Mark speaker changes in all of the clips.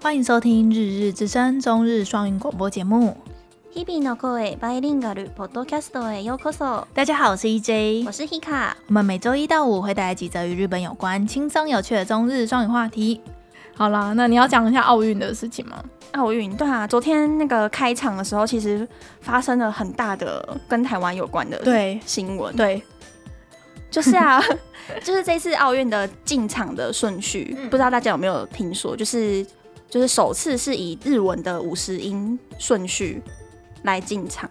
Speaker 1: 欢迎收听《日日之声》中日双语广播节目。
Speaker 2: 日々の声バイリンガルポッドキャストへようこそ。
Speaker 1: 大家好，我是 EJ，
Speaker 2: 我是 Hika。
Speaker 1: 我们每周一到五会带来几则与日本有关、轻松有趣的中日双语话题。
Speaker 3: 好啦，那你要讲一下奥运的事情吗？
Speaker 2: 奥运对啊，昨天那个开场的时候，其实发生了很大的跟台湾有关的
Speaker 3: 对
Speaker 2: 新闻。
Speaker 3: 对，
Speaker 2: 就是啊， 就是这次奥运的进场的顺序，不知道大家有没有听说？就是就是首次是以日文的五十音顺序来进场，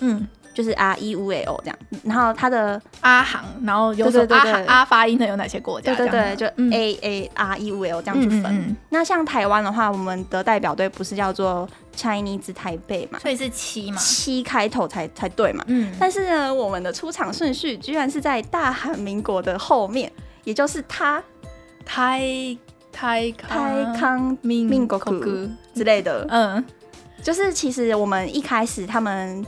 Speaker 3: 嗯，
Speaker 2: 就是 R E U A O 这样。然后它的
Speaker 3: 阿航，然后有什
Speaker 2: 对对
Speaker 3: 么阿
Speaker 2: 对对
Speaker 3: 航阿发音的有哪些国家？
Speaker 2: 对对
Speaker 3: 这样
Speaker 2: 对，
Speaker 3: 吗
Speaker 2: 就
Speaker 3: 嗯
Speaker 2: A A R E U A O 这样去
Speaker 3: 嗯
Speaker 2: 分。
Speaker 3: 嗯嗯，
Speaker 2: 那像台湾的话，我们的代表队不是叫做 Chinese 台北嘛，
Speaker 1: 所以是七嘛？
Speaker 2: 七开头才才对嘛。
Speaker 1: 嗯，
Speaker 2: 但是呢，我们的出场顺序居然是在大韩民国的后面，也就是他
Speaker 3: 泰泰
Speaker 2: 泰康
Speaker 3: 民
Speaker 2: 民国
Speaker 3: 国
Speaker 2: 之类的。
Speaker 3: 嗯
Speaker 2: 就是其实我们一开始他们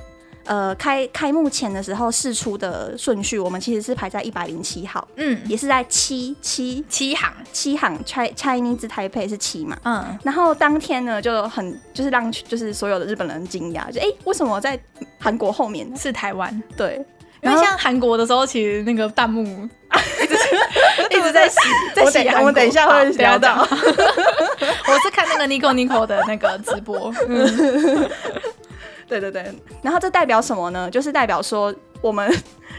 Speaker 2: 呃开开幕前的时候试出的顺序，我们其实是排在一百零七号，
Speaker 3: 嗯，
Speaker 2: 也是在七七
Speaker 3: 七航，
Speaker 2: 七行 Chi- Chinese 台北是七嘛。
Speaker 3: 嗯，
Speaker 2: 然后当天呢，就很就是让就是所有的日本人惊讶，就哎、诶为什么我在韩国后面呢？
Speaker 3: 是台湾。
Speaker 2: 对，
Speaker 3: 因
Speaker 2: 然
Speaker 3: 为
Speaker 2: 后
Speaker 3: 像韩国的时候，其实那个弹幕 一直一直在洗，在
Speaker 2: 我
Speaker 3: 洗
Speaker 2: 等
Speaker 3: 韩国
Speaker 2: 我们等一下会
Speaker 3: 好不要
Speaker 2: 聊到
Speaker 3: 讲啊 我是看那个 Nico Nico 的那个直播，嗯，
Speaker 2: 对对对。然后这代表什么呢？就是代表说我们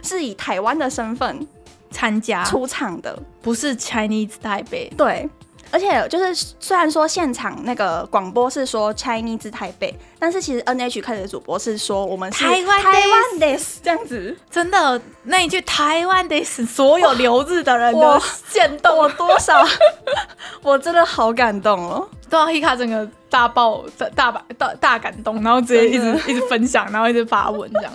Speaker 2: 是以台湾的身份
Speaker 3: 参加
Speaker 2: 出场的，
Speaker 3: 不是 Chinese 台北，
Speaker 2: 对。而且就是，虽然说现场那个广播是说 Chinese 台北，但是其实 NHK 的主播是说我们是
Speaker 3: 台湾
Speaker 2: 台湾 this 这样子，
Speaker 3: 真的那一句台湾得死，所有留日的人都
Speaker 2: 哇
Speaker 3: 现动，
Speaker 2: 我多少， 我真的好感动哦。
Speaker 3: 对啊，Hika 整个大爆大大把大大感动，然后直接一
Speaker 2: 真
Speaker 3: 直一直分享，然后一直发文这样，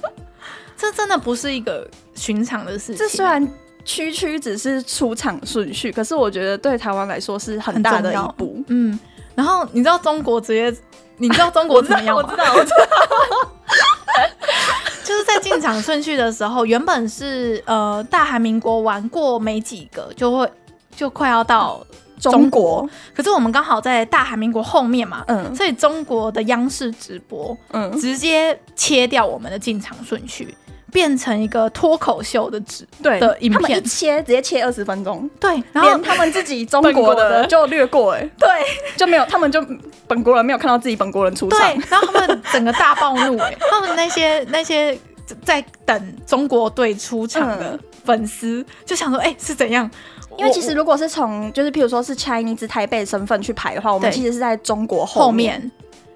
Speaker 3: 这真的不是一个寻常的事情。
Speaker 2: 这虽然区区只是出场顺序，可是我觉得对台湾来说是很大的一步。
Speaker 3: 嗯，然后你知道中国直接，你知道中国怎么样吗？
Speaker 2: 道， 我知道，
Speaker 3: 就是在进场顺序的时候，原本是呃大韩民国玩过没几个，就会就快要到
Speaker 2: 嗯中国，
Speaker 3: 可是我们刚好在大韩民国后面嘛，
Speaker 2: 嗯
Speaker 3: 所以中国的央视直播
Speaker 2: 嗯，
Speaker 3: 直接切掉我们的进场顺序，变成一个脱口秀的直
Speaker 2: 对
Speaker 3: 的影
Speaker 2: 他们一
Speaker 3: 片，
Speaker 2: 切直接切二十分钟，
Speaker 3: 对，然后
Speaker 2: 连他们自己中
Speaker 3: 本
Speaker 2: 国
Speaker 3: 国
Speaker 2: 的
Speaker 3: 的
Speaker 2: 就略过、哎，
Speaker 3: 对
Speaker 2: 就没有，他们就本国人没有看到自己本国人出场，
Speaker 3: 对，然后他们整个大暴 怒、欸，他们那些那些在等中国队出场的
Speaker 2: 嗯
Speaker 3: 粉丝、就想说，哎、是怎样？
Speaker 2: 因为
Speaker 3: 我
Speaker 2: 其实如果是从就是譬如说是 Chinese 台北身份去排的话，我们
Speaker 3: 对
Speaker 2: 其实是在中国
Speaker 3: 后
Speaker 2: 后面，
Speaker 3: 面，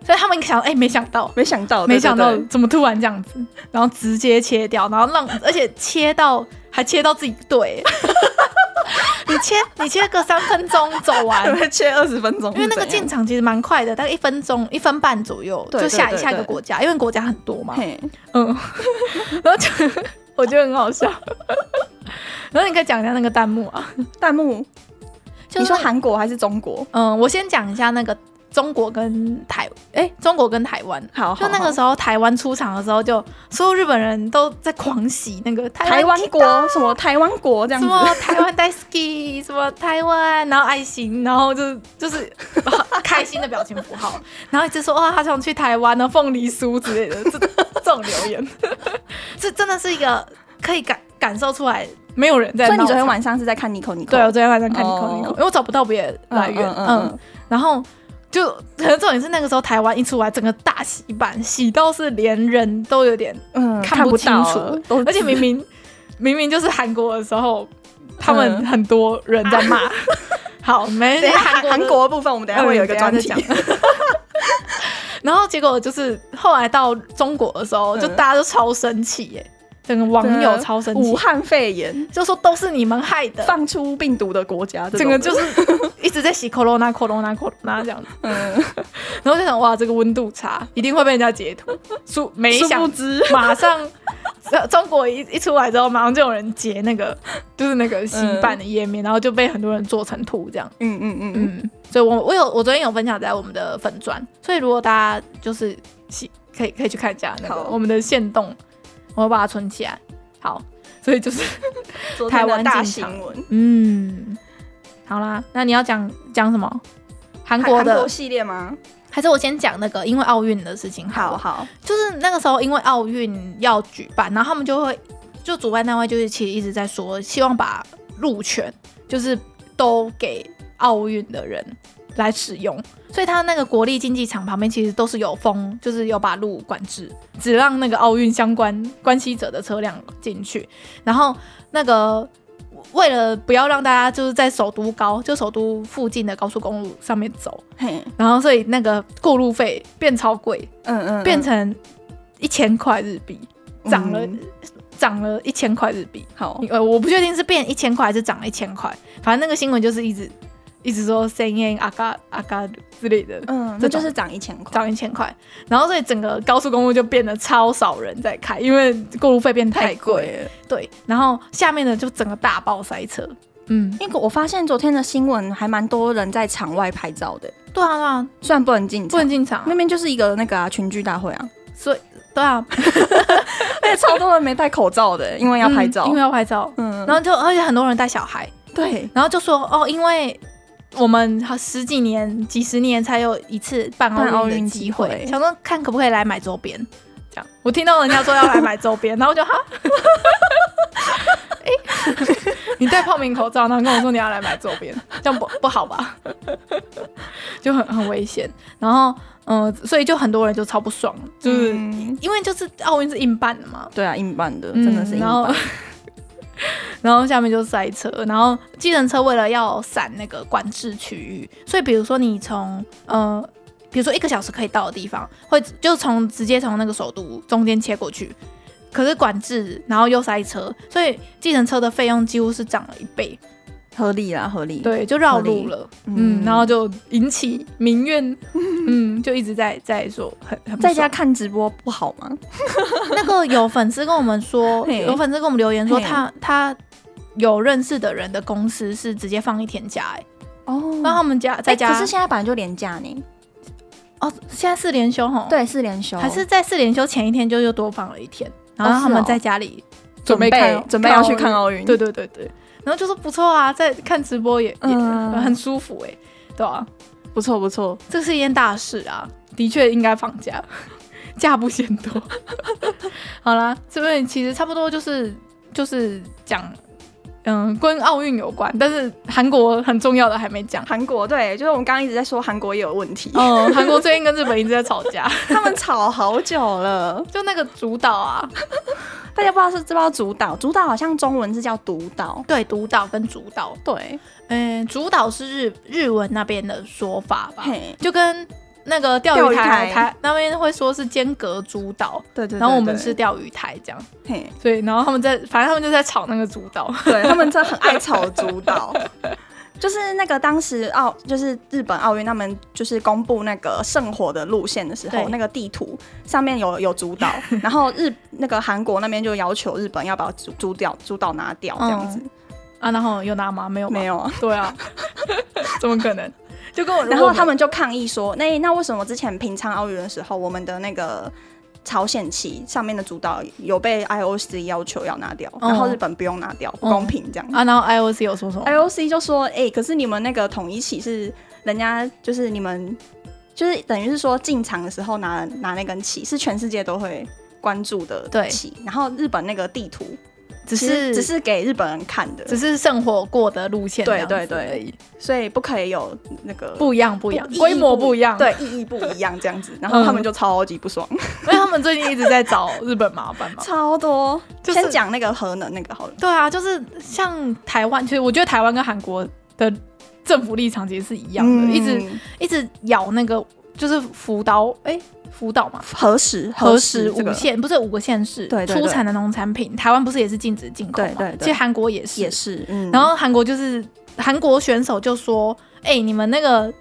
Speaker 3: 所以他们想，哎、没想到。
Speaker 2: 没想到，
Speaker 3: 没想到
Speaker 2: 哦对对对
Speaker 3: 怎么突然这样子，然后直接切掉，然后让而且切到还切到自己队， 你切你切个三分钟走完，
Speaker 2: 对切二十分钟，
Speaker 3: 因为那个
Speaker 2: 是怎
Speaker 3: 进
Speaker 2: 样
Speaker 3: 场其实蛮快的，大概一分钟一分半左右
Speaker 2: 对
Speaker 3: 就下
Speaker 2: 对对
Speaker 3: 下一个
Speaker 2: 对
Speaker 3: 国家，因为国家很多嘛，
Speaker 2: 嘿，
Speaker 3: 嗯，然后就 我觉得很好笑，然后你可以讲一下那个弹幕啊，
Speaker 2: 弹幕，
Speaker 3: 就是
Speaker 2: 你说
Speaker 3: 那
Speaker 2: 韩国还是中国？
Speaker 3: 嗯，我先讲一下那个中国跟台，哎、中国跟台湾。
Speaker 2: 好，
Speaker 3: 就那个时候，台湾出场的时候就，所有日本人都在狂喜那个
Speaker 2: 台湾
Speaker 3: 踢
Speaker 2: 国什么台湾国这样
Speaker 3: 什
Speaker 2: 子，
Speaker 3: 么台湾大 ski，什么台湾，然后爱心，然后就是就是 开心的表情符号，然后一直说哇，好想去台湾的啊凤梨酥之类的，这 这种留言， 这真的是一个可以感感受出来没有人在闹
Speaker 2: 所以
Speaker 3: 场。
Speaker 2: 你昨天晚上是在看 Nico Nico？
Speaker 3: 对，我昨天晚上看你口
Speaker 2: 哦
Speaker 3: 你口，因为我找不到别的来源，
Speaker 2: 嗯
Speaker 3: 嗯，
Speaker 2: 嗯嗯
Speaker 3: 然后就可能重点是那个时候台湾一出来，整个大洗版，洗到是连人都有点
Speaker 2: 嗯，
Speaker 3: 看
Speaker 2: 不
Speaker 3: 不清楚，
Speaker 2: 都是
Speaker 3: 而且明 明明明就是韩国的时候，他们
Speaker 2: 嗯
Speaker 3: 很多人在骂。 好，没
Speaker 2: 等一
Speaker 3: 嗯韩
Speaker 2: 下
Speaker 3: 国
Speaker 2: 韩
Speaker 3: 的
Speaker 2: 国的部分，我们等一下会有一个专题啊
Speaker 3: 嗯等一。然后结果就是后来到中国的时候，
Speaker 2: 嗯
Speaker 3: 就大家都超生气耶，整个网友超生气，
Speaker 2: 武汉肺炎
Speaker 3: 就说都是你们害的，
Speaker 2: 放出病毒的国家，这
Speaker 3: 整
Speaker 2: 种
Speaker 3: 个
Speaker 2: 的
Speaker 3: 就是一直在洗 corona corona corona 这样子。
Speaker 2: 嗯，
Speaker 3: 然后就想哇，这个温度差一定会被人家截 图，殊没
Speaker 2: 殊不
Speaker 3: 想
Speaker 2: 知，
Speaker 3: 马上。 呃中国一一出来之后，马上就有人截那个，就是那个新版的页面，然后就被很多人做成图这样。
Speaker 2: 嗯嗯嗯嗯，
Speaker 3: 嗯，所以我我有我昨天有分享在我们的粉砖，所以如果大家就是喜可以可以去看一下那个
Speaker 2: 好
Speaker 3: 我们的线动，我会把它存起来。好，所以就是
Speaker 2: 昨天的
Speaker 3: 台湾
Speaker 2: 大
Speaker 3: 进
Speaker 2: 新
Speaker 3: 场
Speaker 2: 闻
Speaker 3: 嗯，好啦，那你要讲讲什么？韩国的，
Speaker 2: 系列吗？
Speaker 3: 还是我先讲那个因为奥运的事情好
Speaker 2: 好
Speaker 3: 了
Speaker 2: 好，
Speaker 3: 就是那个时候因为奥运要举办，然后他们就会就主办单位就是其实一直在说，希望把路权就是都给奥运的人来使用，所以他那个国立竞技场旁边其实都是有封，就是有把路管制，只让那个奥运相关关系者的车辆进去，然后那个。为了不要让大家就是在首都高，就首都附近的高速公路上面走，
Speaker 2: 嘿，
Speaker 3: 然后所以那个过路费变超贵，
Speaker 2: 嗯嗯，
Speaker 3: 变成一千块日币，涨了、
Speaker 2: 嗯
Speaker 3: 涨了一千块日币。
Speaker 2: 好，
Speaker 3: 呃，我不确定是变一千块还是涨了一千块，反正那个新闻就是一直一直说 saying 阿嘎阿嘎之类的，
Speaker 2: 嗯，
Speaker 3: 这
Speaker 2: 这
Speaker 3: 种
Speaker 2: 就是涨一千块，
Speaker 3: 涨一千块，然后所以整个高速公路就变得超少人在开，因为过路费变太贵。
Speaker 2: 了。
Speaker 3: 对，然后下面的就整个大爆塞车。嗯，
Speaker 2: 因为我发现昨天的新闻还蛮多人在场外拍照的，
Speaker 3: 对啊对啊，
Speaker 2: 虽然不能进
Speaker 3: 不
Speaker 2: 场，
Speaker 3: 能进场啊、
Speaker 2: 那边就是一个那个啊群聚大会啊，
Speaker 3: 所以对啊，
Speaker 2: 而且超多人没戴口罩的，因为要拍照
Speaker 3: 嗯因，为要拍照，
Speaker 2: 嗯，
Speaker 3: 然后就而且很多人带小孩。
Speaker 2: 对，
Speaker 3: 然后就说哦，因为我们好十几年、几十年才有一次办
Speaker 2: 办
Speaker 3: 奥
Speaker 2: 奥
Speaker 3: 运
Speaker 2: 运
Speaker 3: 的
Speaker 2: 机
Speaker 3: 机会，
Speaker 2: 会
Speaker 3: 想说看可不可以来买周边。这样，我听到人家说要来买周边，然后我就哈， 哎、你戴透明口罩，然后跟我说你要来买周边，这样不不好吧？ 就很很危险。然后嗯、呃所以就很多人就超不爽，就是、
Speaker 2: 嗯
Speaker 3: 因为就是奥运是硬办的嘛，
Speaker 2: 对啊，硬办的，真的
Speaker 3: 嗯
Speaker 2: 是硬
Speaker 3: 然后
Speaker 2: 办，
Speaker 3: 然后下面就塞车，然后计程车为了要闪那个管制区域，所以比如说你从呃，比如说一个小时可以到的地方，会就从直接从那个首都中间切过去，可是管制，然后又塞车，所以计程车的费用几乎是涨了一倍，
Speaker 2: 合理啦，合理，，
Speaker 3: 对，就绕
Speaker 2: 嗯合
Speaker 3: 路
Speaker 2: 理
Speaker 3: 了，嗯，然后就引起民怨，嗯，就一直在在说很很不
Speaker 2: 在家
Speaker 3: 爽
Speaker 2: 看直播不好吗？
Speaker 3: 那个有粉丝跟我们说，
Speaker 2: 嘿
Speaker 3: 有粉丝跟我们留言说
Speaker 2: 嘿
Speaker 3: 他他有认识的人的公司是直接放一天假、欸，
Speaker 2: 哦
Speaker 3: 然后他们家在家、
Speaker 2: 可是现在本来就连假呢，
Speaker 3: 哦，现在四连休吼，，
Speaker 2: 对，是连休，
Speaker 3: 还是在四连休前一天就又多放了一天，然后
Speaker 2: 哦
Speaker 3: 他们
Speaker 2: 是哦
Speaker 3: 在家里
Speaker 2: 准备
Speaker 3: 看
Speaker 2: 准备要
Speaker 3: 奥
Speaker 2: 去
Speaker 3: 运
Speaker 2: 看奥运，
Speaker 3: 对对对对，然后就说不错啊，在看直播也也、
Speaker 2: 嗯
Speaker 3: 很舒服哎、对啊，
Speaker 2: 不错不错，。
Speaker 3: 这是一件大事啊，的确应该放假， 假不嫌多。 好啦，这边其实差不多就是就是讲，嗯，跟奥运有关，但是韩国很重要的还没讲
Speaker 2: 韩国对，就是我们刚刚一直在说韩国也有问题，
Speaker 3: 嗯，韩国最近跟日本一直在吵架，
Speaker 2: 他们吵好久 了，
Speaker 3: 就那个主导啊，
Speaker 2: 大家不知道是知不知道主导，主导好像中文是叫独岛，
Speaker 3: 对，独岛跟主导，
Speaker 2: 对，
Speaker 3: 嗯，主导是日日文那边的说法吧，
Speaker 2: 嘿，
Speaker 3: 就跟那个钓
Speaker 2: 钓
Speaker 3: 鱼
Speaker 2: 鱼
Speaker 3: 台
Speaker 2: 台
Speaker 3: 台那边会说是间隔主导，
Speaker 2: 对对
Speaker 3: 然后我们是，钓鱼台这样，
Speaker 2: 嘿，
Speaker 3: 所以然后他们在，反正他们就在吵那个主导。
Speaker 2: 对他们真的很爱吵主导。就是那个当时奥，就是日本奥运，他们就是公布那个圣火的路线的时
Speaker 3: 对
Speaker 2: 候，那个地图上面有有主导，然后日那个韩国那边就要求日本要把主主导主导拿掉，这样子、
Speaker 3: 啊，然后有拿吗？没有，
Speaker 2: 没。有啊。
Speaker 3: 对 啊，怎么可能？就跟我，
Speaker 2: 然后他们就抗议说，那那为什么之前平昌奥运的时候，我们的那个朝鲜旗上面的主导有被 IOC 要求要拿掉，
Speaker 3: 嗯
Speaker 2: 然后日本不用拿掉，不公平这样。
Speaker 3: 啊，然后 IOC 有说什么？
Speaker 2: IOC 就说，哎、可是你们那个统一旗是人家就是你们就是等于是说进场的时候拿拿那根旗是全世界都会。关注的
Speaker 3: 对
Speaker 2: 旗，然后日本那个地图
Speaker 3: 只
Speaker 2: 其实
Speaker 3: 是
Speaker 2: 只是给日本人看的，
Speaker 3: 只是圣火过的路线，
Speaker 2: 对对对，所以不可以有那个
Speaker 3: 不一样不一样
Speaker 2: 不，
Speaker 3: 规模不一样。，嗯
Speaker 2: 对意义不一样这样子，然后他们就超级不爽。
Speaker 3: 因为他们最近一直在找日本麻烦嘛。
Speaker 2: 超多。
Speaker 3: 就是
Speaker 2: 先讲那个核能那个好了。
Speaker 3: 对啊，就是像台湾，其实我觉得台湾跟韩国的政府立场其实是一样的，一直一直咬那个就是福岛，哎，福岛嘛，
Speaker 2: 核实
Speaker 3: 核实
Speaker 2: 这
Speaker 3: 五
Speaker 2: 个
Speaker 3: 县不是有五个县市
Speaker 2: 对对
Speaker 3: 出
Speaker 2: 对
Speaker 3: 产的农产品，台湾不是也是禁止进口吗？
Speaker 2: 对对对
Speaker 3: 其实韩国也是。
Speaker 2: 也是，嗯
Speaker 3: 然后韩国就是韩国选手就说：“哎、你们那个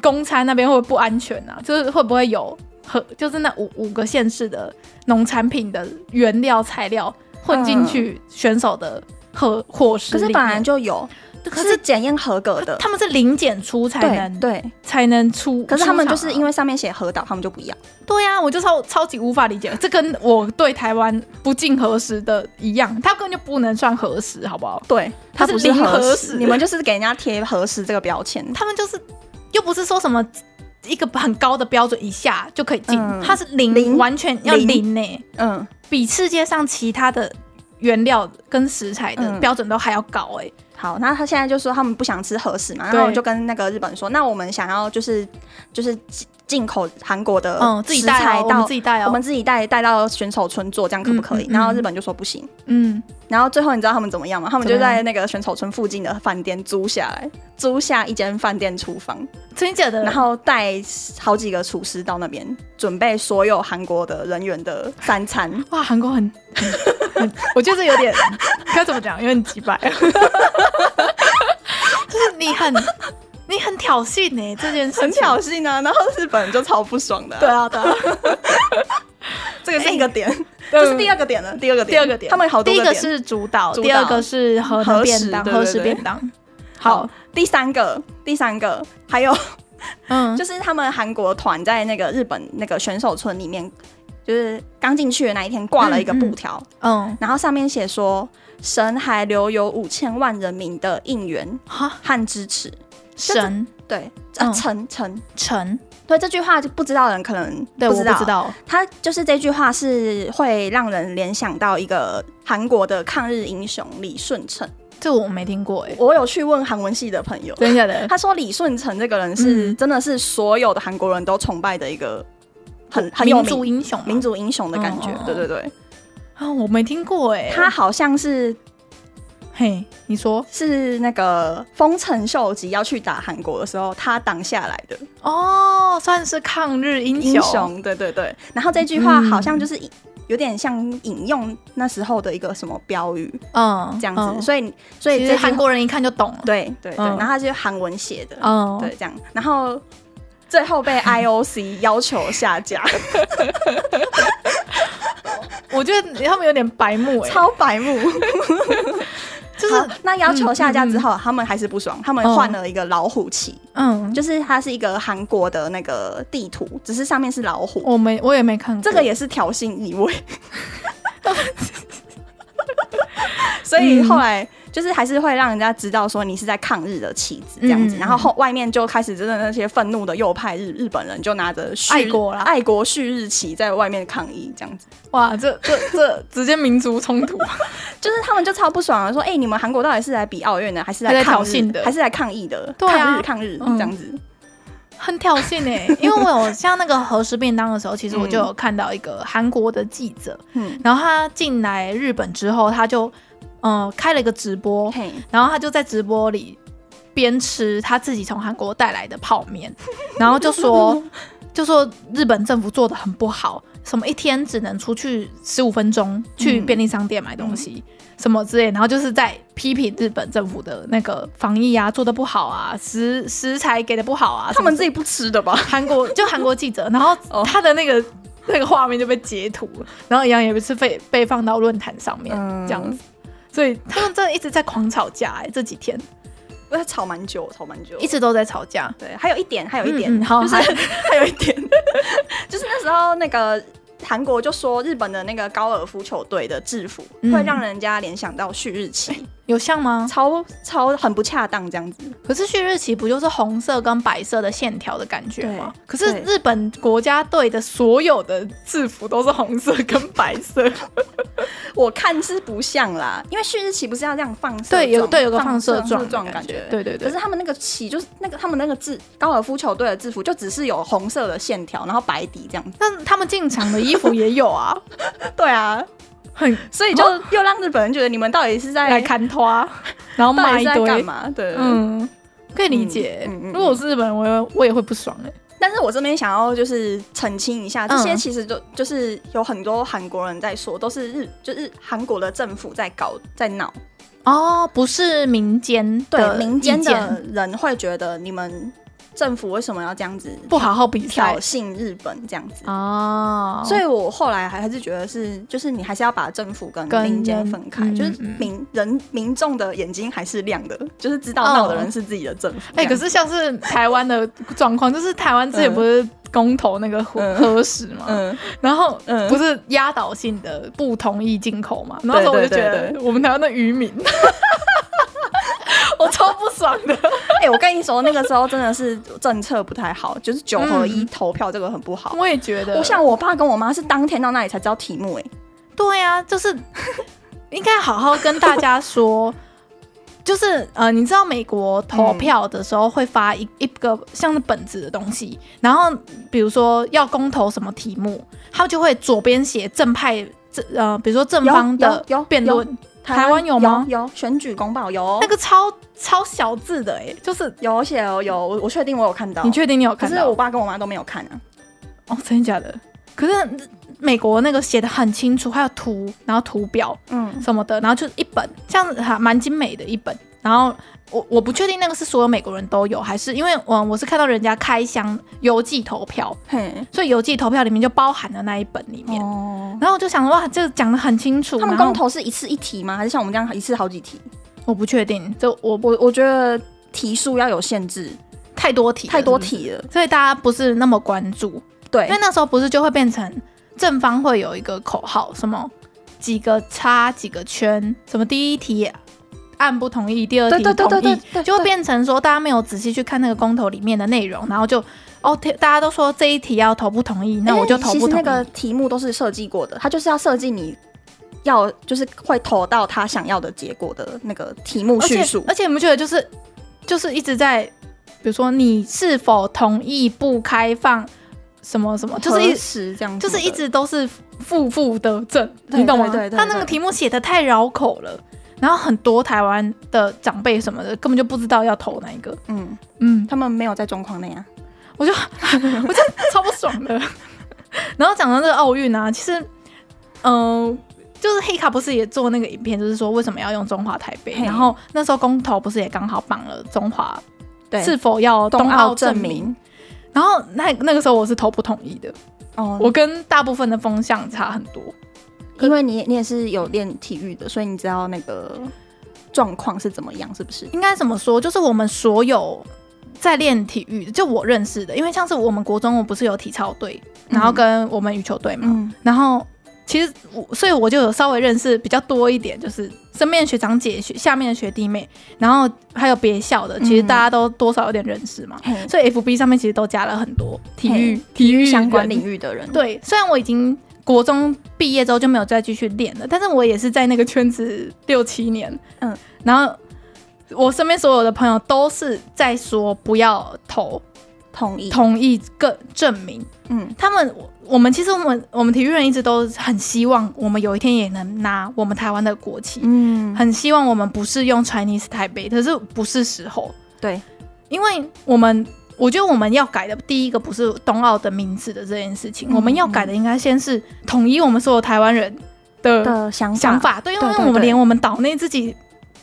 Speaker 3: 公餐那边会不会不安全啊？就是会不会有和就是那五五个县市的农产品的原料材料混进去选手的和伙食
Speaker 2: 嗯可是
Speaker 3: 里
Speaker 2: 本
Speaker 3: 面
Speaker 2: 来就有，
Speaker 3: 可
Speaker 2: 是
Speaker 3: 是
Speaker 2: 检验合格的。
Speaker 3: 他们是零检出才
Speaker 2: 对
Speaker 3: 能
Speaker 2: 对，
Speaker 3: 才能出，啊
Speaker 2: 可是他们就是因
Speaker 3: 为
Speaker 2: 为上面写核岛，他们就不一样。
Speaker 3: 对呀、我就超超级无法理解，这跟我对台湾不进核实的一样，它根本就不能算核实，好不好？
Speaker 2: 对，
Speaker 3: 它
Speaker 2: 它
Speaker 3: 是
Speaker 2: 不是
Speaker 3: 零核
Speaker 2: 核
Speaker 3: 实
Speaker 2: 你们就是给人家贴核实这个标签。
Speaker 3: 他们就是又不是说什么一个很高的标准以下就可以进，
Speaker 2: 嗯
Speaker 3: 它是零，
Speaker 2: 零
Speaker 3: 完全要
Speaker 2: 零
Speaker 3: 零呢、
Speaker 2: 嗯，
Speaker 3: 比世界上其他的原料跟食材的
Speaker 2: 嗯
Speaker 3: 标准都还要高哎、
Speaker 2: 好，那他现在就说他们不想吃和食嘛，
Speaker 3: 对
Speaker 2: 然后我就跟那个日本说，那我们想要就是就是进进口韩国的
Speaker 3: 嗯，自己
Speaker 2: 呃食
Speaker 3: 带
Speaker 2: 材
Speaker 3: 哦，我
Speaker 2: 到
Speaker 3: 们自己带哦，
Speaker 2: 我们自己带带到选手村做，这样可不可以？
Speaker 3: 嗯嗯嗯
Speaker 2: 然后日本就说不行。
Speaker 3: 嗯，
Speaker 2: 然后最后你知道他们怎么样吗？他们
Speaker 3: 怎
Speaker 2: 就
Speaker 3: 么样
Speaker 2: 在那个选手村附近的饭店租下来，租下一间饭店厨房，
Speaker 3: 真的假的？
Speaker 2: 然后带好几个厨师到那边准备所有韩国的人员的三餐。
Speaker 3: 哇，韩国很，很我觉得有点该怎么讲，有点鸡掰， 就是你很你很挑衅呢、这件事情，
Speaker 2: 很挑衅啊！然后日本人就超不爽的、
Speaker 3: 对，啊对啊，
Speaker 2: 这个是一个点，
Speaker 3: 对
Speaker 2: 这是第二个点了。第二个点，
Speaker 3: 第二个点
Speaker 2: 他们有好多
Speaker 3: 第一
Speaker 2: 点。
Speaker 3: 个是主导，
Speaker 2: 主导
Speaker 3: 第二个是和
Speaker 2: 和
Speaker 3: 能便
Speaker 2: 食
Speaker 3: 当，
Speaker 2: 对
Speaker 3: 和
Speaker 2: 对
Speaker 3: 食
Speaker 2: 对
Speaker 3: 便当，好，，
Speaker 2: 第三个，第三个，还有
Speaker 3: 嗯，
Speaker 2: 就是他们韩国团在那个日本那个选手村里面，就是刚进去的那一天挂了一个布条，
Speaker 3: 嗯，
Speaker 2: 然后上面写说神还留有五千万人民的应援
Speaker 3: 哈，
Speaker 2: 和支持。
Speaker 3: 神
Speaker 2: 对，啊，
Speaker 3: 嗯
Speaker 2: 成成。
Speaker 3: 成，
Speaker 2: 对这句话就不知道的人可能
Speaker 3: 对，我不知道，
Speaker 2: 他就是这句话是会让人联想到一个韩国的抗日英雄李舜臣。
Speaker 3: 这我没听过哎，
Speaker 2: 我有去问韩文系的朋友，
Speaker 3: 真的假的？
Speaker 2: 他说李舜臣这个人是、
Speaker 3: 嗯
Speaker 2: 真的是所有的韩国人都崇拜的一个很很有
Speaker 3: 民
Speaker 2: 名
Speaker 3: 族英雄吗，
Speaker 2: 民族英雄的感觉。
Speaker 3: 哦哦哦
Speaker 2: 对对对，
Speaker 3: 啊，我没听过哎，
Speaker 2: 他好像是
Speaker 3: 嘿，你说
Speaker 2: 是那个丰臣秀吉要去打韩国的时候，他挡下来的
Speaker 3: 哦，算是抗日英
Speaker 2: 英雄。对对对，然后这句话
Speaker 3: 嗯
Speaker 2: 好像就是引有点像引用那时候的一个什么标语
Speaker 3: 嗯，
Speaker 2: 这样子，
Speaker 3: 嗯
Speaker 2: 所以所以
Speaker 3: 其
Speaker 2: 这
Speaker 3: 实
Speaker 2: 句
Speaker 3: 韩国人一看就懂了，
Speaker 2: 对对对，
Speaker 3: 嗯
Speaker 2: 然后他是韩文写的，
Speaker 3: 嗯，
Speaker 2: 对，这样，然后最 后被 IOC 要求下架，
Speaker 3: 我觉得他们有点白目哎，
Speaker 2: 超白目。欸
Speaker 3: 就是
Speaker 2: 好那要求下架之后，他们还是不爽，他们换了一个老虎旗，
Speaker 3: 嗯，
Speaker 2: 就是它是一个韩国的那个地图，只是上面是老虎，
Speaker 3: 我没我也没看过
Speaker 2: 这个也是挑衅 意味。所以后来就是还是会让人家知道说你是在抗日的旗子这样子，
Speaker 3: 嗯
Speaker 2: 然后后外面就开始真的那些愤怒的右派日日本人就拿着旭
Speaker 3: 爱国啦
Speaker 2: 爱国旭日旗在外面抗议这样子，
Speaker 3: 哇，这这这直接民族冲 突，
Speaker 2: 就是他们就超不爽了，说哎、你们韩国到底是来比奥运的，还是
Speaker 3: 还
Speaker 2: 来
Speaker 3: 在
Speaker 2: 抗
Speaker 3: 挑
Speaker 2: 日
Speaker 3: 衅的
Speaker 2: 还是来抗议的？
Speaker 3: 对啊
Speaker 2: 抗日抗日、
Speaker 3: 嗯
Speaker 2: 这样子，
Speaker 3: 很挑衅哎、因为我有像那个和食便当的时候，其实我就有看到一个韩国的记者，
Speaker 2: 嗯，
Speaker 3: 然后他进来日本之后，他就嗯、呃开了一个直播，
Speaker 2: 嘿，
Speaker 3: 然后他就在直播里边吃他自己从韩国带来的泡面，然后就 说就说日本政府做的很不好，什么一天只能出去十五分钟去
Speaker 2: 嗯
Speaker 3: 便利商店买东西。什么之类，然后就是在批评日本政府的那个防疫啊，做的不好啊，食食材给的不好啊，
Speaker 2: 他们
Speaker 3: 什么之类的
Speaker 2: 自己不吃 的吧？
Speaker 3: 韩国就韩国记者，然 后
Speaker 2: 哦
Speaker 3: 他的那个、那个画面就被截图，然后一样也是被被放到论坛上面、
Speaker 2: 嗯
Speaker 3: 这样子，所以他们真的一直在狂吵架、哎，这几天
Speaker 2: 不要吵蛮久，吵蛮久，
Speaker 3: 一直都在吵架。
Speaker 2: 对，还有一点，还有一点，
Speaker 3: 嗯嗯好
Speaker 2: 就是
Speaker 3: 还
Speaker 2: 还有一点， 就是那时候那个韩国就说日本的那个高尔夫球队的制服、
Speaker 3: 嗯
Speaker 2: 会让人家联想到旭日旗，
Speaker 3: 有像吗？
Speaker 2: 超超很不恰当这样子。
Speaker 3: 可是旭日旗不就是红色跟白色的线条的感觉吗？可是
Speaker 2: 对
Speaker 3: 日本国家队的所有的制服都是红色跟白色，
Speaker 2: 我看是不像啦，因为旭日旗不是要这样放 射
Speaker 3: 对，有
Speaker 2: 状
Speaker 3: 对有个放
Speaker 2: 放
Speaker 3: 射状
Speaker 2: 状
Speaker 3: 的
Speaker 2: 感觉。
Speaker 3: 对对
Speaker 2: 可
Speaker 3: 对
Speaker 2: 是，他们那个旗就是那个他们那个制高尔夫球队的制服就只是有红色的线条，然后白底这样 子。
Speaker 3: 但他们进场的衣服也有 啊，
Speaker 2: 对啊，
Speaker 3: 很
Speaker 2: 所以就又让日本人觉得你们到底是在
Speaker 3: 来看 花，然后
Speaker 2: 到底
Speaker 3: 卖
Speaker 2: 是
Speaker 3: 一
Speaker 2: 在
Speaker 3: 堆
Speaker 2: 干嘛？对，对对
Speaker 3: 嗯，可以理解。
Speaker 2: 嗯嗯嗯
Speaker 3: 如果我是日本人，我也我也会不爽哎、
Speaker 2: 但是我这边想要就是澄清一下，
Speaker 3: 嗯
Speaker 2: 这些其实就、就是有很多韩国人在说，都是日就是韩国的政府在搞在闹，
Speaker 3: 哦，不是民间
Speaker 2: 对民间
Speaker 3: 意
Speaker 2: 的
Speaker 3: 见
Speaker 2: 人会觉得你们政府为什么要这样子
Speaker 3: 不好好比赛
Speaker 2: 挑衅日本这样子？
Speaker 3: 哦，
Speaker 2: 所
Speaker 3: 以
Speaker 2: 以我后来还还是觉得是，就是你还是要把政府跟
Speaker 3: 跟
Speaker 2: 民间
Speaker 3: 人
Speaker 2: 分开，
Speaker 3: 嗯
Speaker 2: 就是
Speaker 3: 嗯
Speaker 2: 民人民众的眼睛还是亮的，就是知道闹的人是自己的政府这
Speaker 3: 哎、
Speaker 2: 样子。
Speaker 3: 可是像是台湾的状况，就是台湾之前
Speaker 2: 嗯
Speaker 3: 不是公投那个核
Speaker 2: 嗯
Speaker 3: 核实嘛，
Speaker 2: 嗯，
Speaker 3: 然后
Speaker 2: 嗯
Speaker 3: 不是压倒性的不同意进口嘛，然后那时候我就觉
Speaker 2: 对对
Speaker 3: 得我们台湾的渔民。我我超不爽的。
Speaker 2: 哎、我跟你说，那个时候真的是政策不太好，就是九合
Speaker 3: 嗯
Speaker 2: 一投票这个很不好。
Speaker 3: 我也觉得，
Speaker 2: 我想我爸跟我妈是当天到那里才知道题目、哎，
Speaker 3: 对呀、就是 应该好好跟大家说， 就是呃，你知道美国投票的时候会发一、一个像是本子的东西，然后比如说要公投什么题目，他就会左边写正派正呃，比如说正方的
Speaker 2: 有有有
Speaker 3: 辩论，台湾有吗
Speaker 2: 有选举公报有
Speaker 3: 那个超超小字的哎、就是
Speaker 2: 有写哦有，我我确定我有看到。
Speaker 3: 你确定你有
Speaker 2: 可
Speaker 3: 看
Speaker 2: 是
Speaker 3: 到？
Speaker 2: 我爸跟我妈都没有看啊。
Speaker 3: 哦，真的假的？可是美国那个写的很清楚，还有图，然后图表，
Speaker 2: 嗯，
Speaker 3: 什么的，然后就是一本，这样子还蛮精美的一本。然后我我不确定那个是所有美国人都有，还是因为嗯我是看到人家开箱邮寄投票，
Speaker 2: 嘿，
Speaker 3: 所以邮寄投票里面就包含了那一本里面。
Speaker 2: 哦，
Speaker 3: 然后我就想哇，这讲的很清楚。
Speaker 2: 他们
Speaker 3: 然后
Speaker 2: 公投是一次一题吗？还是像我们这样一次好几题？
Speaker 3: 我不确定，就我
Speaker 2: 我我觉得题数要有限制，
Speaker 3: 太多题了
Speaker 2: 太多
Speaker 3: 是不是
Speaker 2: 题了。
Speaker 3: 所以大家不是那么关注。
Speaker 2: 对
Speaker 3: 因为，那时候不是就会变成正方会有一个口号，什么几个叉几个圈，什么第一题按不同意，第二题同意，
Speaker 2: 对对对对对对对
Speaker 3: 就会变成说大家没有仔细去看那个公投里面的内容，然后就哦，天大家都说这一题要投不同意，那我就投
Speaker 2: 哎其
Speaker 3: 不
Speaker 2: 实
Speaker 3: 同
Speaker 2: 那
Speaker 3: 意。
Speaker 2: 个题目都是设计过的，它就是要设计你要就是会投到他想要的结果的那个题目
Speaker 3: 而
Speaker 2: 叙
Speaker 3: 且
Speaker 2: 述
Speaker 3: 而。且你不觉得就是就是一直在，比如说你是否同意不开放什么什么，就是一
Speaker 2: 核实这样子
Speaker 3: 就
Speaker 2: 的，
Speaker 3: 是一直都是负负得正，
Speaker 2: 对
Speaker 3: 你懂吗？
Speaker 2: 对对对对
Speaker 3: 他那个题目写的太绕口了，然后很多台湾的长辈什么的根本就不知道要投哪一个，
Speaker 2: 嗯，
Speaker 3: 嗯，
Speaker 2: 他们没有在状况内啊。
Speaker 3: 我就我就超不爽的。然后讲到这个奥运啊，其实，嗯、就是黑卡不是也做那个影片，就是说为什么要用中华台北？
Speaker 2: 嘿
Speaker 3: 然后那时候公投不是也刚好绑了中华
Speaker 2: 对，
Speaker 3: 是否要
Speaker 2: 冬
Speaker 3: 奥
Speaker 2: 奥证
Speaker 3: 明？
Speaker 2: 明。
Speaker 3: 然后那那个时候我是投不同意的，
Speaker 2: 哦，
Speaker 3: 我跟大部分的风向差很多。
Speaker 2: 因为你你也是有练体育的，所以你知道那个状况是怎么样，是不是？
Speaker 3: 应该怎么说？就是我们所有在练体育，就我认识的，因为像是我们国中，我不是有体操队，然后跟我们羽球队嘛，
Speaker 2: 嗯，
Speaker 3: 然后其实我，所以我就有稍微认识比较多一点，就是身边的学长姐、学下面的学弟妹，然后还有别校的，其实
Speaker 2: 嗯
Speaker 3: 大家都多少有点认识嘛，
Speaker 2: 嘿
Speaker 3: 所以 FB 上面其实都加了很多体育
Speaker 2: 嘿、
Speaker 3: 体育
Speaker 2: 相关
Speaker 3: 人
Speaker 2: 领域的人，，
Speaker 3: 对，虽然我已经国中毕业之后就没有再继续练了，但是我也是在那个圈子六七年，
Speaker 2: 嗯，
Speaker 3: 然后我身边所有的朋友都是在说不要投
Speaker 2: 同意，
Speaker 3: 同意更证明，
Speaker 2: 嗯，
Speaker 3: 他们我我们其实我们我们体育人一直都很希望我们有一天也能拿我们台湾的国旗，
Speaker 2: 嗯，
Speaker 3: 很希望我们不是用 Chinese 台北，可是不是时候，
Speaker 2: 对，
Speaker 3: 因为我们我觉得我们要改的第一个不是冬奥的名字的这件事情，
Speaker 2: 嗯
Speaker 3: 我们要改的应该先是统一我们所有台湾人的
Speaker 2: 的想法，
Speaker 3: 呃想法，对，因为
Speaker 2: 对对
Speaker 3: 我们
Speaker 2: 对
Speaker 3: 连我们岛内自己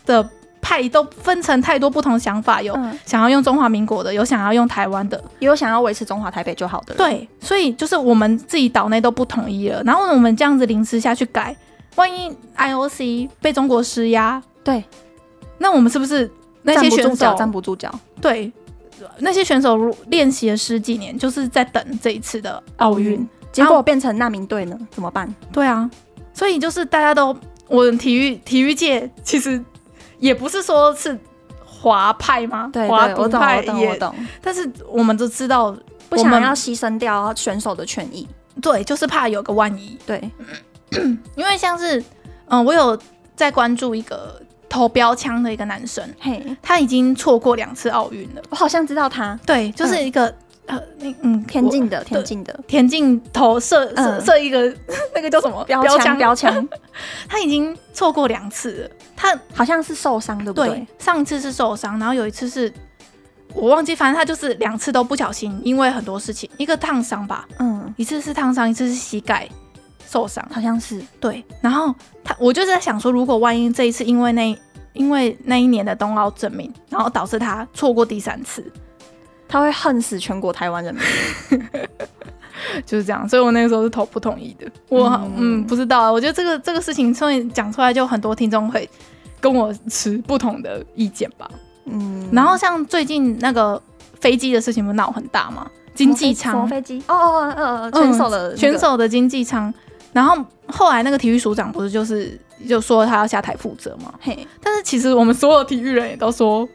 Speaker 3: 的派都分成太多不同想法，有
Speaker 2: 嗯，
Speaker 3: 想要用中华民国的，有想要用台湾的，
Speaker 2: 也有想要维持中华台北就好的人，
Speaker 3: 对，所以就是我们自己岛内都不统一了，然后我们这样子临时下去改，万一 IOC 被中国施压，
Speaker 2: 对，
Speaker 3: 那我们是不是那
Speaker 2: 站
Speaker 3: 些
Speaker 2: 不住
Speaker 3: 选
Speaker 2: 脚，
Speaker 3: 手
Speaker 2: 站不住脚，
Speaker 3: 对，那些选手如练习了十几年，就是在等这一次的奥运。
Speaker 2: 嗯结果变成难民队呢，怎么办？
Speaker 3: 对啊，所以就是大家都，我们体育体育界其实也不是说是华派吗？
Speaker 2: 对，
Speaker 3: 华
Speaker 2: 对
Speaker 3: 独
Speaker 2: 我懂，
Speaker 3: 派
Speaker 2: 我懂，我
Speaker 3: 也，
Speaker 2: 懂，
Speaker 3: 但是我们都知道，
Speaker 2: 不
Speaker 3: 我
Speaker 2: 想
Speaker 3: 们
Speaker 2: 要牺牲掉选手的权益，
Speaker 3: 对，就是怕有个万一。
Speaker 2: 对，
Speaker 3: 因为像是，嗯、我有在关注一个投标枪的一个男生，
Speaker 2: 嘿，
Speaker 3: 他已经错过两次奥运了。
Speaker 2: 我好像知道他，
Speaker 3: 对，就是一个、呃，那嗯，
Speaker 2: 嗯田
Speaker 3: 我
Speaker 2: 径的，田径的
Speaker 3: 田径投射射
Speaker 2: 嗯
Speaker 3: 射一个、 那个叫什么
Speaker 2: 标枪，标枪，
Speaker 3: 他已经错过两次了。他
Speaker 2: 好像是受伤，对不
Speaker 3: 对
Speaker 2: 对？
Speaker 3: 上次是受伤，然后有一次是我忘记，反正他就是两次都不小心，因为很多事情，一个烫伤吧，
Speaker 2: 嗯，
Speaker 3: 一次是烫伤，一次是膝盖受伤。
Speaker 2: 好像是，
Speaker 3: 对，然后他我就是在想说，如果万一这一次因为那因为那一年的冬奥证明，然后导致他错过第三次，
Speaker 2: 他会恨死全国台湾人民。
Speaker 3: 就是这样，所以我那个时候是投不同意的。我嗯
Speaker 2: 嗯
Speaker 3: 不知道啊，我觉得这个这个事情，所以讲出来就很多听众会跟我持不同的意见吧。
Speaker 2: 嗯，
Speaker 3: 然后像最近那个飞机的事情，不是闹很大吗？经济
Speaker 2: 什么
Speaker 3: 舱，
Speaker 2: 飞机？哦哦哦哦，哦，选手的那个
Speaker 3: 选手的经济舱，然后后来那个体育署长不是就是就说他要下台负责嘛。
Speaker 2: 嘿，
Speaker 3: 但是其实我们所有体育人也都说，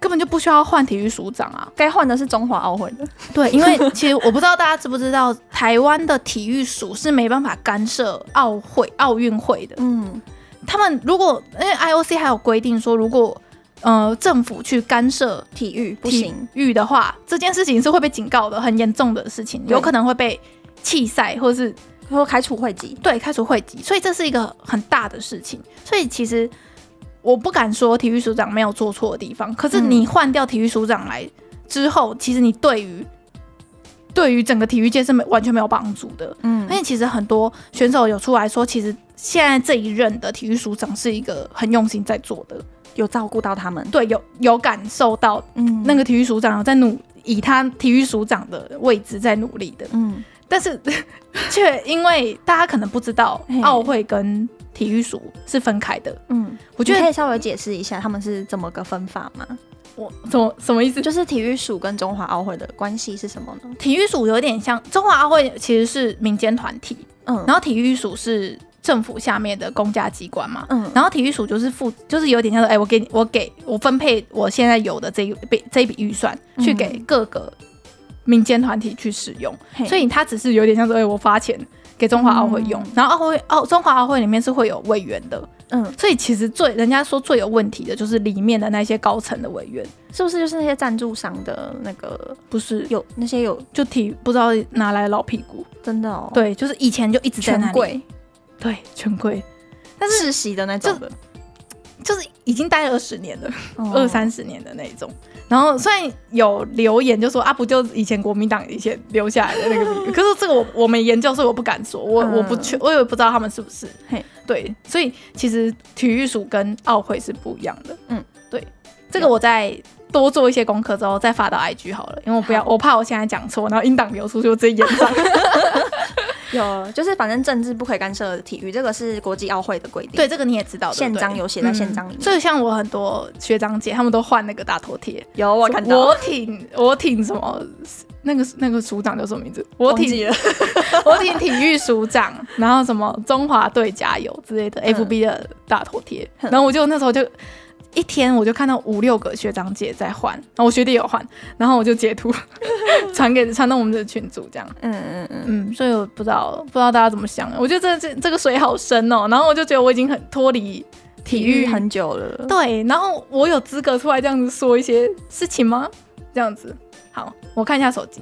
Speaker 3: 根本就不需要换体育署长啊。
Speaker 2: 该换的是中华奥会的，
Speaker 3: 对，因为其实我不知道大家知不知道，台湾的体育署是没办法干涉奥会、奥运会的。
Speaker 2: 嗯，
Speaker 3: 他们如果因为 IOC 还有规定说，如果呃政府去干涉
Speaker 2: 体育不行，
Speaker 3: 体育的话，这件事情是会被警告的，很严重的事情，
Speaker 2: 对
Speaker 3: 有可能会被弃赛或是
Speaker 2: 说开除会籍，
Speaker 3: 对开除会籍，所以这是一个很大的事情。所以其实我不敢说体育署长没有做错的地方，可是
Speaker 2: 嗯
Speaker 3: 你换掉体育署长来之后，其实你对于对于整个体育界是没完全没有帮助的。
Speaker 2: 嗯
Speaker 3: 而且其实很多选手有出来说，其实现在这一任的体育署长是一个很用心在做的，
Speaker 2: 有照顾到他们，
Speaker 3: 对，有有感受到
Speaker 2: 嗯
Speaker 3: 那个体育署长有在努，以他体育署长的位置在努力的，
Speaker 2: 嗯，
Speaker 3: 但是 却因为大家可能不知道
Speaker 2: 嘿
Speaker 3: 奥会跟体育署是分开的，
Speaker 2: 嗯，
Speaker 3: 我觉
Speaker 2: 你
Speaker 3: 得
Speaker 2: 可以稍微解释一下他们是怎么个分法吗？
Speaker 3: 我怎么什么意思？
Speaker 2: 就是体育署跟中华奥会的关系是什么呢？
Speaker 3: 体育署有点像中华奥会其实是民间团体，
Speaker 2: 嗯
Speaker 3: 然后体育署是政府下面的公家机关嘛，
Speaker 2: 嗯
Speaker 3: 然后体育署就是负，就是有点像说，哎、我给你，我给我分配我现在有的这一笔这一笔预算，
Speaker 2: 嗯
Speaker 3: 去给各个民间团体去使用。
Speaker 2: 嘿
Speaker 3: 所以它只是有点像说，哎、我发钱给中华奥会用，然后奥会奥中华奥会里面是会有委员的，
Speaker 2: 嗯，
Speaker 3: 所以其实最人家说最有问题的就是里面的那些高层的委员，
Speaker 2: 是不是就是那些赞助商的那个
Speaker 3: 不是
Speaker 2: 有那些有
Speaker 3: 就体不知道哪来的老屁股，
Speaker 2: 真的哦，，
Speaker 3: 对，就是以前就一直在那
Speaker 2: 权
Speaker 3: 里，
Speaker 2: 贵
Speaker 3: 对，权贵
Speaker 2: 但是世袭的那种的，
Speaker 3: 就是已经待了二十年了。
Speaker 2: 哦
Speaker 3: 二三十年的那一种。然后虽然有留言就说啊，不就以前国民党以前留下来的那个 比喻，可是这个我我没研究，所以我不敢说，我、
Speaker 2: 嗯
Speaker 3: 我不确，我也不知道他们是不是
Speaker 2: 嘿。
Speaker 3: 对，所以其实体育署跟奥会是不一样的。
Speaker 2: 嗯，
Speaker 3: 对，这个我再多做一些功课之后再发到 IG 好了，因为我不要，
Speaker 2: 好
Speaker 3: 我怕我现在讲错，然后音档流出去，我直接 演上。
Speaker 2: 有，就是反正政治不可以干涉体育，这个是国际奥会的规定。
Speaker 3: 对，，这个你也知道，对
Speaker 2: 宪
Speaker 3: 不对
Speaker 2: 章有写在宪章里
Speaker 3: 嗯
Speaker 2: 面
Speaker 3: 所以像我很多学长姐，他们都换那个大头贴，
Speaker 2: 有我看到，
Speaker 3: 我挺我挺什么？那个那个署长叫什么名字？我
Speaker 2: 忘记
Speaker 3: 挺
Speaker 2: 了
Speaker 3: 我挺体育署长，然后什么中华队加油之类的、
Speaker 2: 嗯
Speaker 3: FB 的大头贴，然后我就那时候就一天我就看到五六个学长姐在换，然后我学弟有换，然后我就截 图传给传到我们的群组这样，
Speaker 2: 嗯嗯嗯，
Speaker 3: 嗯，所以我不知道不知道大家怎么想，我觉得这这这个水好深哦，然后我就觉得我已经很脱离体
Speaker 2: 体
Speaker 3: 育
Speaker 2: 育很久了，
Speaker 3: 对，然后我有资格出来这样子说一些事情吗？这样子，好，我看一下手机。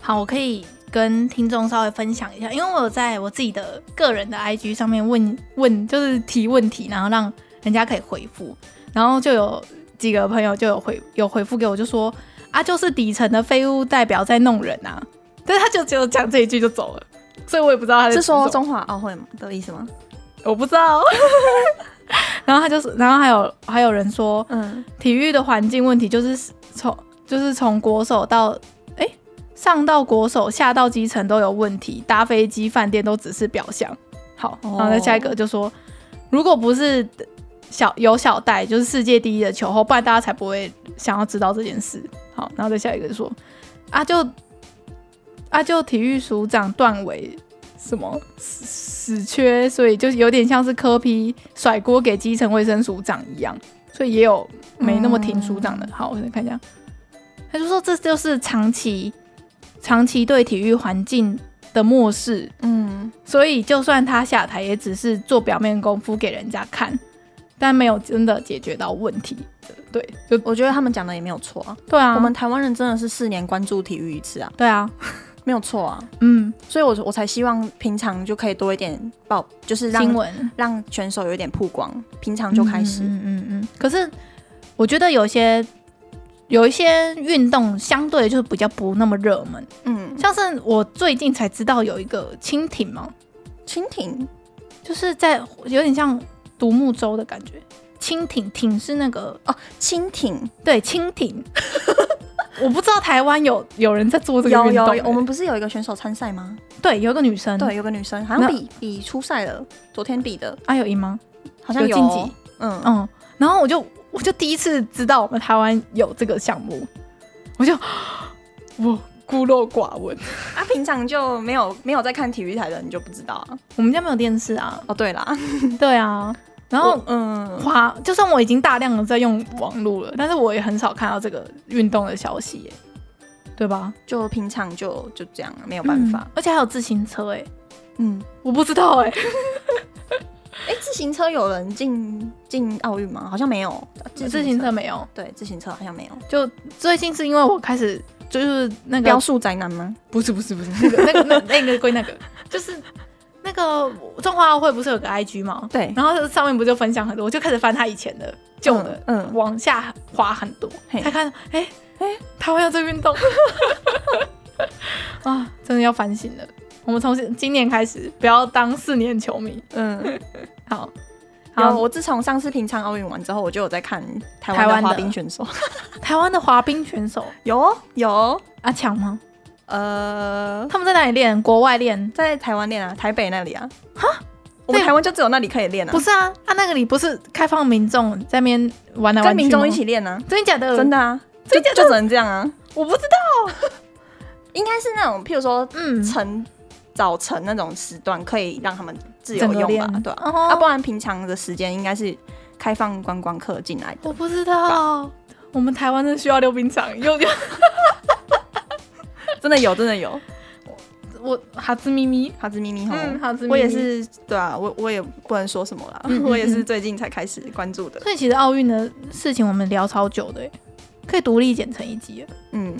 Speaker 3: 好，我可以跟听众稍微分享一下，因为我有在我自己的个人的 IG 上面问问，就是提问题，然后让人家可以回复，然后就有几个朋友就有回有回复给我，就说啊，就是底层的废物代表在弄人啊，但是他就只有讲这一句就走了，所以我也不知道他在
Speaker 2: 是
Speaker 3: 指什
Speaker 2: 说
Speaker 3: 么
Speaker 2: 中华奥会的意思吗？
Speaker 3: 我不知道。 然后他就是，然后还有还有人说，
Speaker 2: 嗯，
Speaker 3: 体育的环境问题就是从就是从国手到哎、上到国手，下到基层都有问题，搭飞机、饭店都只是表象。好，然
Speaker 2: 哦
Speaker 3: 后再下一个就说，如果不是小有小戴就是世界第一的球后，不然大家才不会想要知道这件事。好，然后再下一个就说，啊就啊就体育署长段伟什么死死缺，所以就是有点像是科批甩锅给基层卫生署长一样，所以也有没那么挺署长的。好，我再看一
Speaker 2: 嗯
Speaker 3: 下，他就说这就是长期长期对体育环境的漠视，
Speaker 2: 嗯，
Speaker 3: 所以就算他下台，也只是做表面功夫给人家看，但没有真的解决到问题。对，就
Speaker 2: 我觉得他们讲的也没有错啊。
Speaker 3: 对啊，
Speaker 2: 我们台湾人真的是四年关注体育一次啊，
Speaker 3: 对啊，
Speaker 2: 没有错啊。
Speaker 3: 嗯，
Speaker 2: 所以我我才希望平常就可以多一点报，就是
Speaker 3: 新
Speaker 2: 让
Speaker 3: 闻
Speaker 2: 让选手有一点曝光，平常就开始。
Speaker 3: 嗯嗯嗯嗯。可是我觉得有些有一些运动相对就是比较不那么热门，
Speaker 2: 嗯，
Speaker 3: 像是我最近才知道有一个蜻蜓嘛，
Speaker 2: 蜻蜓
Speaker 3: 就是在有点像独木舟的感觉。蜻蜓艇是那个
Speaker 2: 哦，蜻蜓
Speaker 3: 对蜻蜓， 我不知道台湾有有人在做这个
Speaker 2: 有
Speaker 3: 运动嗯
Speaker 2: 有
Speaker 3: 欸、
Speaker 2: 有，我们不是有一个选手参赛吗？
Speaker 3: 对有一个女生，
Speaker 2: 对，有个女生好像
Speaker 3: 那
Speaker 2: 比比初赛了，昨天比的，
Speaker 3: 啊有赢吗？
Speaker 2: 好像
Speaker 3: 有晋级。
Speaker 2: 嗯，
Speaker 3: 嗯，然后我就我就第一次知道我们台湾有这个项目，我就我孤陋寡闻。
Speaker 2: 啊，平常就没有没有在看体育台的，你就不知道啊。
Speaker 3: 我们家没有电视啊，
Speaker 2: 哦， 对啦，
Speaker 3: 对啊，然后
Speaker 2: 我嗯，
Speaker 3: 花，就算我已经大量的在用网络了，但是我也很少看到这个运动的消息、耶，对吧？
Speaker 2: 就平常就就这样，没有办法
Speaker 3: 嗯。而且还有自行车、哎，
Speaker 2: 嗯，
Speaker 3: 我不知道、哎，
Speaker 2: 哎、自行车有人进进奥运吗？好像没有。
Speaker 3: 自行车没有。
Speaker 2: 对，自行车好像没有。
Speaker 3: 就最近是因为我开始就是那
Speaker 2: 雕
Speaker 3: 个
Speaker 2: 塑宅男吗？
Speaker 3: 不是不是不是那个那个那那个归那个，就是那个中华奥会不是有个 IG 吗？
Speaker 2: 对，
Speaker 3: 然后上面不就分享很多，我就开始翻他以前的旧的，
Speaker 2: 嗯嗯
Speaker 3: 往下滑很多，
Speaker 2: 嘿
Speaker 3: 才看哎哎，台湾要做运动啊，真的要反省了。我们从今今年开始，不要当四年球迷。
Speaker 2: 嗯，
Speaker 3: 好，
Speaker 2: 有。
Speaker 3: 好，
Speaker 2: 我自从上次平昌奥运完之后，我就有在看台
Speaker 3: 台湾
Speaker 2: 湾的
Speaker 3: 的
Speaker 2: 滑冰选手。
Speaker 3: 台湾的滑冰选手
Speaker 2: 有哦有哦，
Speaker 3: 阿强吗？
Speaker 2: 呃，
Speaker 3: 他们在哪里练？国外练？
Speaker 2: 在台湾练啊，台北那里啊。哈，我们台湾就只有那里可以练啊，
Speaker 3: 不是啊，啊那个里不是开放民众在那边玩来玩去吗
Speaker 2: 跟民众一，起练啊，
Speaker 3: 真的假的？
Speaker 2: 真
Speaker 3: 的，
Speaker 2: 的啊，就就只能这样啊。
Speaker 3: 我不知道。
Speaker 2: 应该是那种，譬如说
Speaker 3: 嗯，
Speaker 2: 晨早晨那种时段，可以让他们自由
Speaker 3: 整个
Speaker 2: 用吧，
Speaker 3: 练
Speaker 2: 对啊，
Speaker 3: 哦
Speaker 2: 啊，不然平常的时间应该是开放观光客进来的。
Speaker 3: 我不知道。我们台湾真的需要溜冰场，又又
Speaker 2: 真的有，真的有，
Speaker 3: 我哈兹咪咪，
Speaker 2: 哈兹咪咪吼。
Speaker 3: 嗯，哈兹咪咪，
Speaker 2: 我也。是，对啊，我我也不能说什么啦，
Speaker 3: 嗯嗯嗯
Speaker 2: 我也是最近才开始关注的。
Speaker 3: 所以其实奥运的事情我们聊超久的耶，欸可以独立剪成一集了。
Speaker 2: 嗯，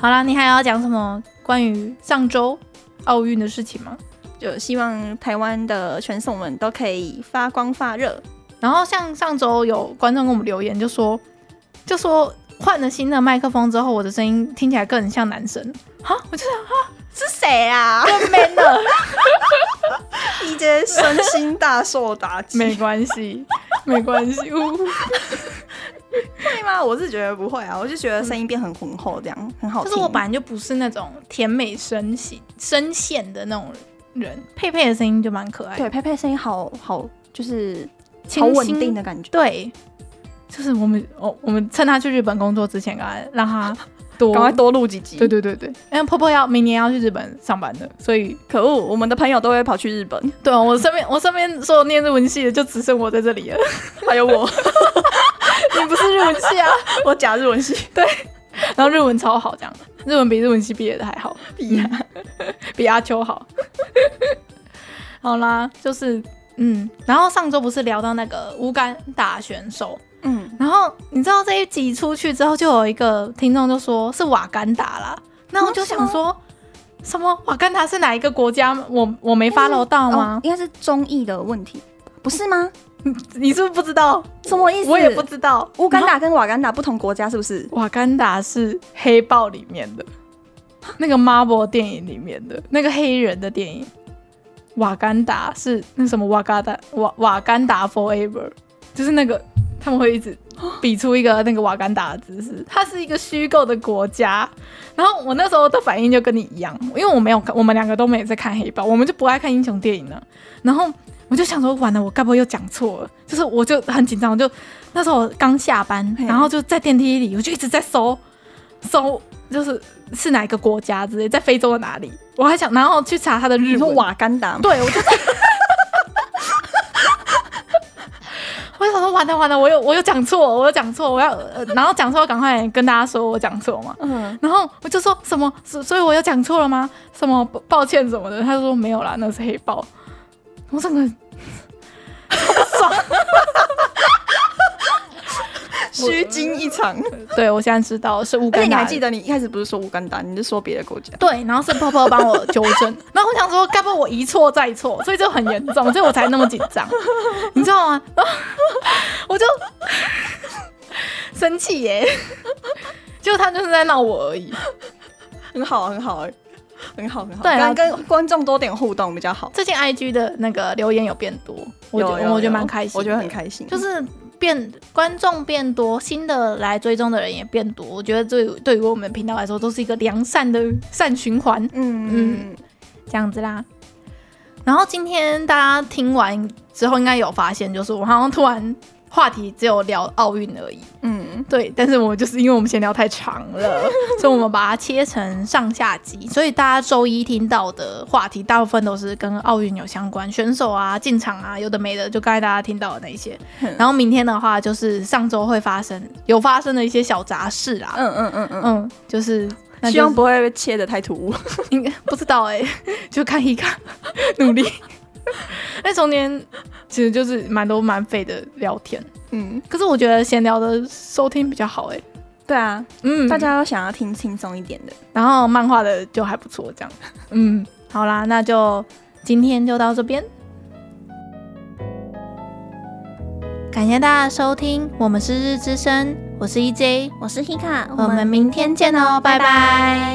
Speaker 3: 好啦，你还要讲什么关于上周奥运的事情吗？
Speaker 2: 就希望台湾的选手们都可以发光发热。
Speaker 3: 然后像上周有观众跟我们留言就说，就说换了新的麦克风之后，我的声音听起来更像男生。哈，我就想
Speaker 2: 是谁啊？
Speaker 3: 更 man 了。
Speaker 2: 一杰身心大受打击，
Speaker 3: 没关系， 没关系。呜
Speaker 2: 会吗？我是觉得不会啊，我就觉得声音变很浑厚，这样很好
Speaker 3: 嗯就
Speaker 2: 听。
Speaker 3: 是我本来就不是那种甜美声型声线的那种人，佩佩的声音就蛮可爱的，
Speaker 2: 对佩佩声音好好，就是
Speaker 3: 清
Speaker 2: 好
Speaker 3: 新
Speaker 2: 稳定的感觉。
Speaker 3: 对，就是我们哦，我们趁他去日本工作之前，赶快让 他多，
Speaker 2: 多录几集
Speaker 3: 对对对对，因为哎婆婆要明年要去日本上班的，所以
Speaker 2: 可恶，我们的朋友都会跑去日 本，
Speaker 3: 对我身边我身边所有念日文系的就只剩我在这里了。
Speaker 2: 还有我，
Speaker 3: 你不是日文系啊？
Speaker 2: 我假日文系。
Speaker 3: 然后日文超好，这样日文比日文系毕业的还好，比
Speaker 2: 呀
Speaker 3: 比阿秋好。好啦，就是嗯，然后上周不是聊到那个乌干达选手，
Speaker 2: 嗯，
Speaker 3: 然后你知道这一集出去之后，就有一个听众就说是瓦干达啦，那我就想说。什么瓦干达是哪一个国家？我我没 follow 到
Speaker 2: 哦
Speaker 3: 吗，？
Speaker 2: 应该是综艺的问题，不是吗？
Speaker 3: 你是不是不知道？
Speaker 2: 什么意思？
Speaker 3: 我也不知道。
Speaker 2: 乌干达跟瓦干达不同国家是不是？
Speaker 3: 瓦干达是黑豹里面的，那个 Marvel 电影里面的那个黑人的电影，瓦干达是那什么瓦嘎达瓦瓦干达 Forever，就是那个他们会一直比出一个那个瓦干达的姿势，它是一个虚构的国家。然后我那时候的反应就跟你一样，因为我没有看，我们两个都没有在看黑豹，我们就不爱看英雄电影了。然后我就想说，完了，我该不会又讲错了？就是我就很紧张，我就那时候我刚下班，
Speaker 2: 嘿
Speaker 3: 然后就在电梯里，我就一直在搜搜，就是是哪一个国家之类，在非洲的哪里？我还想，然后去查它的
Speaker 2: 你
Speaker 3: 日
Speaker 2: 说
Speaker 3: 文。
Speaker 2: 瓦干达？
Speaker 3: 对，我就在。 我想说完了完了，我有我有讲错，我有讲错，我要、呃、然后讲错，赶快跟大家说我讲错嘛。
Speaker 2: 嗯，
Speaker 3: 然后我就说什么，所所以我有讲错了吗？什么抱抱歉什么的，他就说没有啦，那是黑豹。我整个超爽，
Speaker 2: 虚惊一场。
Speaker 3: 对我现在知道是乌
Speaker 2: 而
Speaker 3: 干
Speaker 2: 且你
Speaker 3: 达
Speaker 2: 还
Speaker 3: 人。
Speaker 2: 记得你一开始不是说乌干达，你是说别的国家？
Speaker 3: 对，然后是泡泡帮我纠正， 然后我想说，该不会我一错再错，所以就很严重，所以我才那么紧张，你知道吗？ 然后我就 生气耶， 结果他就是在闹我而已。
Speaker 2: 很好，啊很好，很好，很好。
Speaker 3: 对啊
Speaker 2: 跟跟观众多点互动比较好。
Speaker 3: 最近 IG 的那个留言有变多，我觉
Speaker 2: 有有
Speaker 3: 我觉
Speaker 2: 有
Speaker 3: 得蛮开心，
Speaker 2: 我觉得很开心。
Speaker 3: 就是变观众变多，新的来追踪的人也变多，我觉得对于对于我们频道来说都是一个良善的善循环。
Speaker 2: 嗯嗯，
Speaker 3: 这样子啦。然后今天大家听完之后，应该有发现，就是我好像突然话题只有聊奥运而已。
Speaker 2: 嗯，
Speaker 3: 对，但是我就是因为我们闲聊太长 了，所以我们把它切成上下集。所以大家周一听到的话题，大部分都是跟奥运有相关，选手啊、进场啊，有的没的，就刚才大家听到的那一些。
Speaker 2: 嗯
Speaker 3: 然后明天的话，就是上周会发生有发生的一些小杂事啦。
Speaker 2: 嗯嗯嗯嗯，
Speaker 3: 嗯，就是。那
Speaker 2: 希
Speaker 3: 就
Speaker 2: 望
Speaker 3: 是
Speaker 2: 不会切的太突兀。
Speaker 3: 应该不知道哎、 就看一看，努 力。那中间其实就是蛮多蛮废的聊天，
Speaker 2: 嗯，
Speaker 3: 可是我觉得闲聊的收听比较好哎、
Speaker 2: 对啊，
Speaker 3: 嗯，
Speaker 2: 大家要想要听轻松一点的。
Speaker 3: 然后漫画的就还不错，这样。嗯，好啦，那就今天就到这边。感谢大家收听，我们是日之声，我是 E EJ，
Speaker 2: 我是 Hika，
Speaker 3: 我们明天见哦，拜拜